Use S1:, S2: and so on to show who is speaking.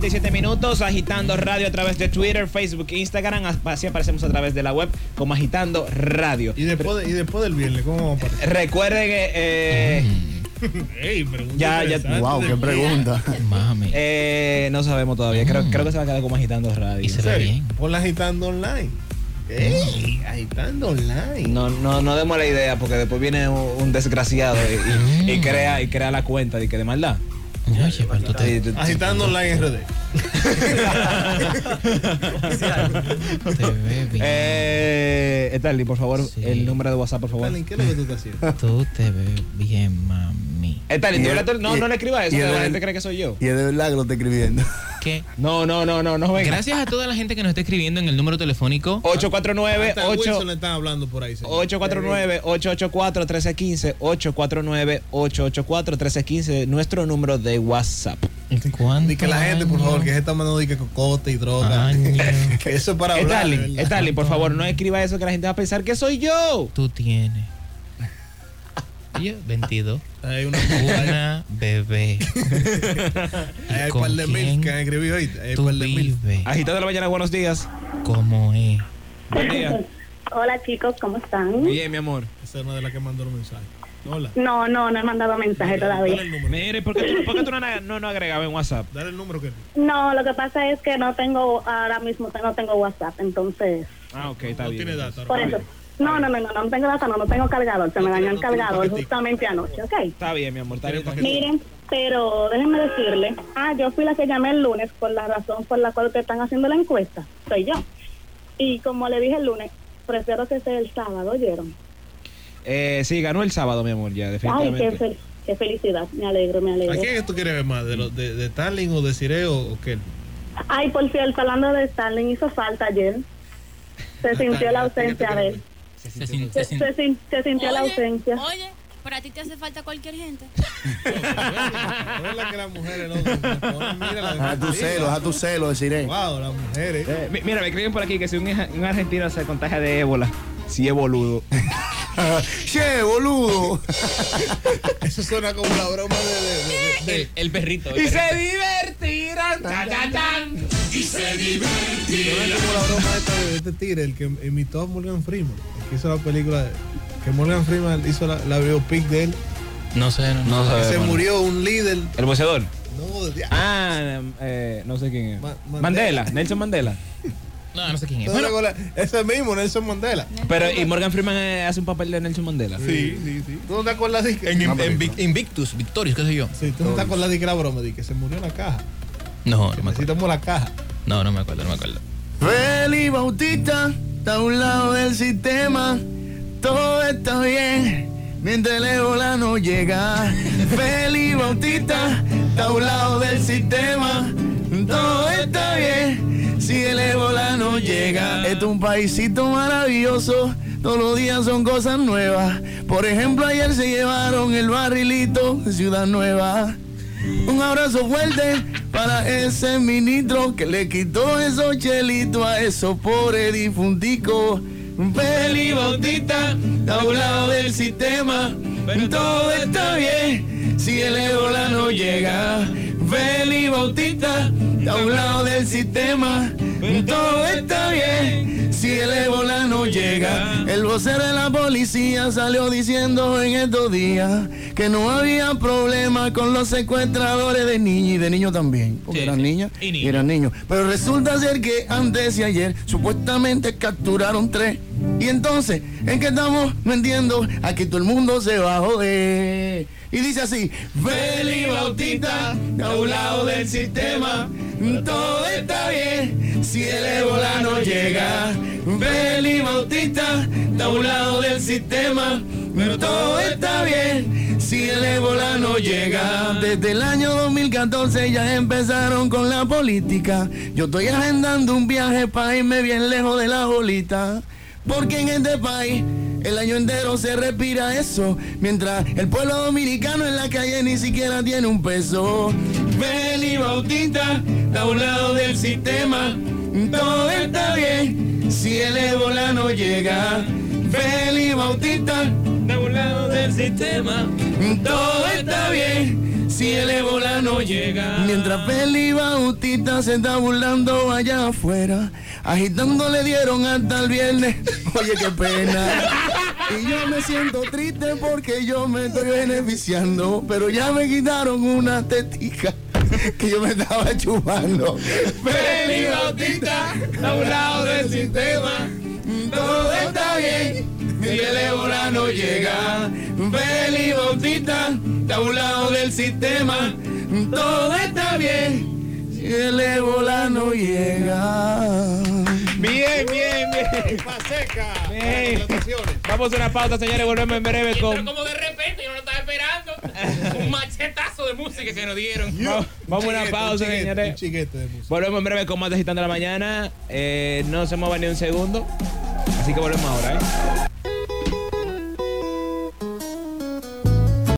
S1: 17 minutos agitando radio a través de Twitter, Facebook, Instagram, así aparecemos a través de la web como agitando radio.
S2: Y después, de- y después del viernes, ¿cómo vamos a parar?
S1: Recuerden que eh,
S3: Mm.
S2: Ey, pregunta
S1: Ya, ya-
S2: interesante.
S4: Wow, qué pregunta.
S3: Mami.
S1: eh, no sabemos todavía, creo, creo que se va a quedar como agitando radio.
S3: Y se
S2: En serio,
S3: Está bien.
S2: Ponla agitando online. Ey, agitando online.
S1: No, no, no demos la idea porque después viene un, un desgraciado y, y- y crea y crea la cuenta de que de maldad.
S3: Oye, pero tú te,
S1: Y
S2: eh,
S1: tú-
S2: Agitando online RD.
S3: te ves bien.
S1: Eh, Stanley, por favor,
S3: Sí.
S1: el número de WhatsApp, por favor.
S2: Dale, ¿qué es lo que tú estás haciendo?
S3: Tú te ves bien, mami.
S1: Stanley,
S4: Y
S1: tú
S4: el-
S1: hablaste- no,
S4: y-
S1: no le escribas eso,
S4: y
S1: la
S4: el-
S1: gente cree que soy yo.
S4: Y es de verdad que lo está escribiendo.
S3: ¿Qué?
S1: No, no, no, no, no venga.
S3: Gracias a toda la gente que nos está escribiendo en el número telefónico.
S1: 849
S2: Hasta a Wilson le están hablando por ahí. señor.
S1: 849-884-1315 849-884-1315 Nuestro número de WhatsApp
S2: Di que la gente, por favor, que se está mandando di que cocote y droga.
S3: Año.
S2: que eso es para
S1: Eh,
S2: hablar. de
S1: Stanley,
S2: verdad.
S1: Stanley, por favor, no escriba eso que la gente va a pensar que soy yo
S3: Tú tienes. Oye, 22.
S2: Hay una
S3: Una bebé.
S2: Hay hay
S3: ¿Con
S2: un par de
S3: quién
S2: mil que han escribido hoy. Hay un
S3: Tú
S2: par de mil.
S3: vives.
S1: Agitado de la mañana, buenos días
S3: ¿Cómo es?
S1: Buen día
S5: Hola chicos, ¿cómo están?
S1: Bien, mi amor
S2: Esa es una de las que mandó los mensajes. Hola.
S5: No, no, no he mandado mensaje
S2: Dale
S5: todavía.
S2: el número.
S1: Mire, ¿por qué tú, por qué tú no, no, no agregabas en WhatsApp?
S2: Dale el número que
S5: No, lo que pasa es que no tengo, ahora mismo no tengo WhatsApp, entonces,
S1: Ah, ok, está
S2: no
S1: bien
S2: tiene data.
S5: por eso. No, no, no, no, no tengo data, no, no tengo cargador, se me dañó el cargador justamente anoche, ¿ok?
S1: Está bien, mi amor, está bien, está bien.
S5: Miren, pero déjenme decirle, ah, yo fui la que llamé el lunes por la razón por la cual ustedes están haciendo la encuesta, soy yo. Y como le dije el lunes, prefiero que sea el sábado, ¿oyeron?
S1: Eh, Sí, ganó el sábado, mi amor, ya,
S5: Ay, qué,
S1: definitivamente
S5: fel- qué felicidad, me alegro, me
S2: ¿A
S5: alegro.
S2: quién es que tú quieres ver más? ¿De, lo, de, de Starling o de Cireo o Kelvin?
S5: Ay, por cierto, hablando de Stalin, hizo falta ayer. Se sintió la ausencia de él.
S3: Se sin-
S5: Se,
S3: se sin-
S5: se sin- se sintió la
S6: Oye,
S5: ausencia.
S6: Oye, pero a ti te hace falta cualquier gente.
S2: Es verdad que las mujeres no. Mira
S4: A tu celo, a tu celo, deciré.
S2: Wow, las mujeres.
S1: Eh, mi- Mira, me escriben por aquí que si un, un argentino se contagia de ébola Si es boludo
S4: Che, boludo.
S2: Eso suena como la broma de. de- de- de-
S3: El, el perrito.
S1: Y se divertirán. tan, tan, tan.
S2: suena como la broma esta de, de este tigre, el que imitó a Morgan Freeman. El que hizo la película. de- que Morgan Freeman hizo la, la biopic de él.
S3: No sé, no, no.
S2: que se murió un líder.
S1: El boceador.
S2: No, de-
S1: Ah, eh, no sé quién es.
S2: Ma-
S1: Mandela.
S2: Mandela.
S1: Nelson Mandela.
S3: No, no sé quién es.
S2: No, no, la- ese mismo, Nelson Mandela.
S1: Pero y Morgan Freeman eh, hace un papel de Nelson Mandela.
S2: Sí, sí, sí. ¿Tú no te acuerdas de que-
S3: En, en- en Vic- Invictus, Victorious, qué sé yo.
S2: Sí, tú no te acuerdas de que la broma, de que se murió la caja.
S3: No, no me acuerdo.
S2: Necesitamos la caja.
S3: No, no me acuerdo, no me acuerdo.
S4: Feli Bautista está a un lado del sistema. Todo está bien. Mientras el ébola no llega. Feli Bautista está a un lado del sistema. Todo está bien. Si el ébola no llega. Esto es un paisito maravilloso. Todos los días son cosas nuevas. Por ejemplo, ayer se llevaron el barrilito de Ciudad Nueva. Un abrazo fuerte para ese ministro que le quitó esos chelitos a esos pobres difunticos. Peli Bautista, está a un lado del sistema, todo está bien si el ébola no llega. Feli Bautista, está a un lado del sistema, todo está bien si el ébola no llega. El vocero de la policía salió diciendo en estos días que no había problema con los secuestradores de niños y de niños también, porque
S3: Sí,
S4: eran
S3: sí.
S4: niñas
S3: Y
S4: y
S3: niños.
S4: eran niños. Pero resulta ser que antes y ayer supuestamente capturaron tres. Y entonces, ¿en qué estamos? No entiendo. Aquí todo el mundo se va a joder. Y dice así, Feli Bautista, a un lado del sistema, todo está bien si el ébola no llega. Feli Bautista, a un lado del sistema, todo está bien si el ébola no llega. Desde el año 2014 ya empezaron con la política. Yo estoy agendando un viaje para irme bien lejos de la bolita. Porque en este país el año entero se respira eso. Mientras el pueblo dominicano en la calle ni siquiera tiene un peso. Feli Bautista está a un lado del sistema. Todo está bien si el ébola no llega. Feli Bautista,
S1: Tabulado del sistema.
S4: todo está bien. Si el ébola no llega. Mientras Feli Bautista se está burlando allá afuera, agitando le dieron hasta el viernes. Oye, qué pena. Y yo me siento triste porque yo me estoy beneficiando, pero ya me quitaron una tetica que yo me estaba chupando. Feli Bautista, a un lado del sistema, todo está bien. Miguel Ébola no llega. Feli Bautista, a un lado del sistema, todo está bien. Si el ébola no llega.
S1: Bien, bien, bien.
S2: Paseca.
S1: Bien. Vamos a una pausa, señores. Volvemos en breve
S7: Pero
S1: con.
S7: como de repente, yo no lo estaba esperando. Un machetazo de música que nos dieron.
S1: Vamos vamos a una pausa,
S2: Un
S1: señores.
S2: chiquete de música.
S1: Volvemos en breve con más de Agitando la Mañana. Eh, no se muevan ni un segundo. Así que volvemos ahora, ¿eh?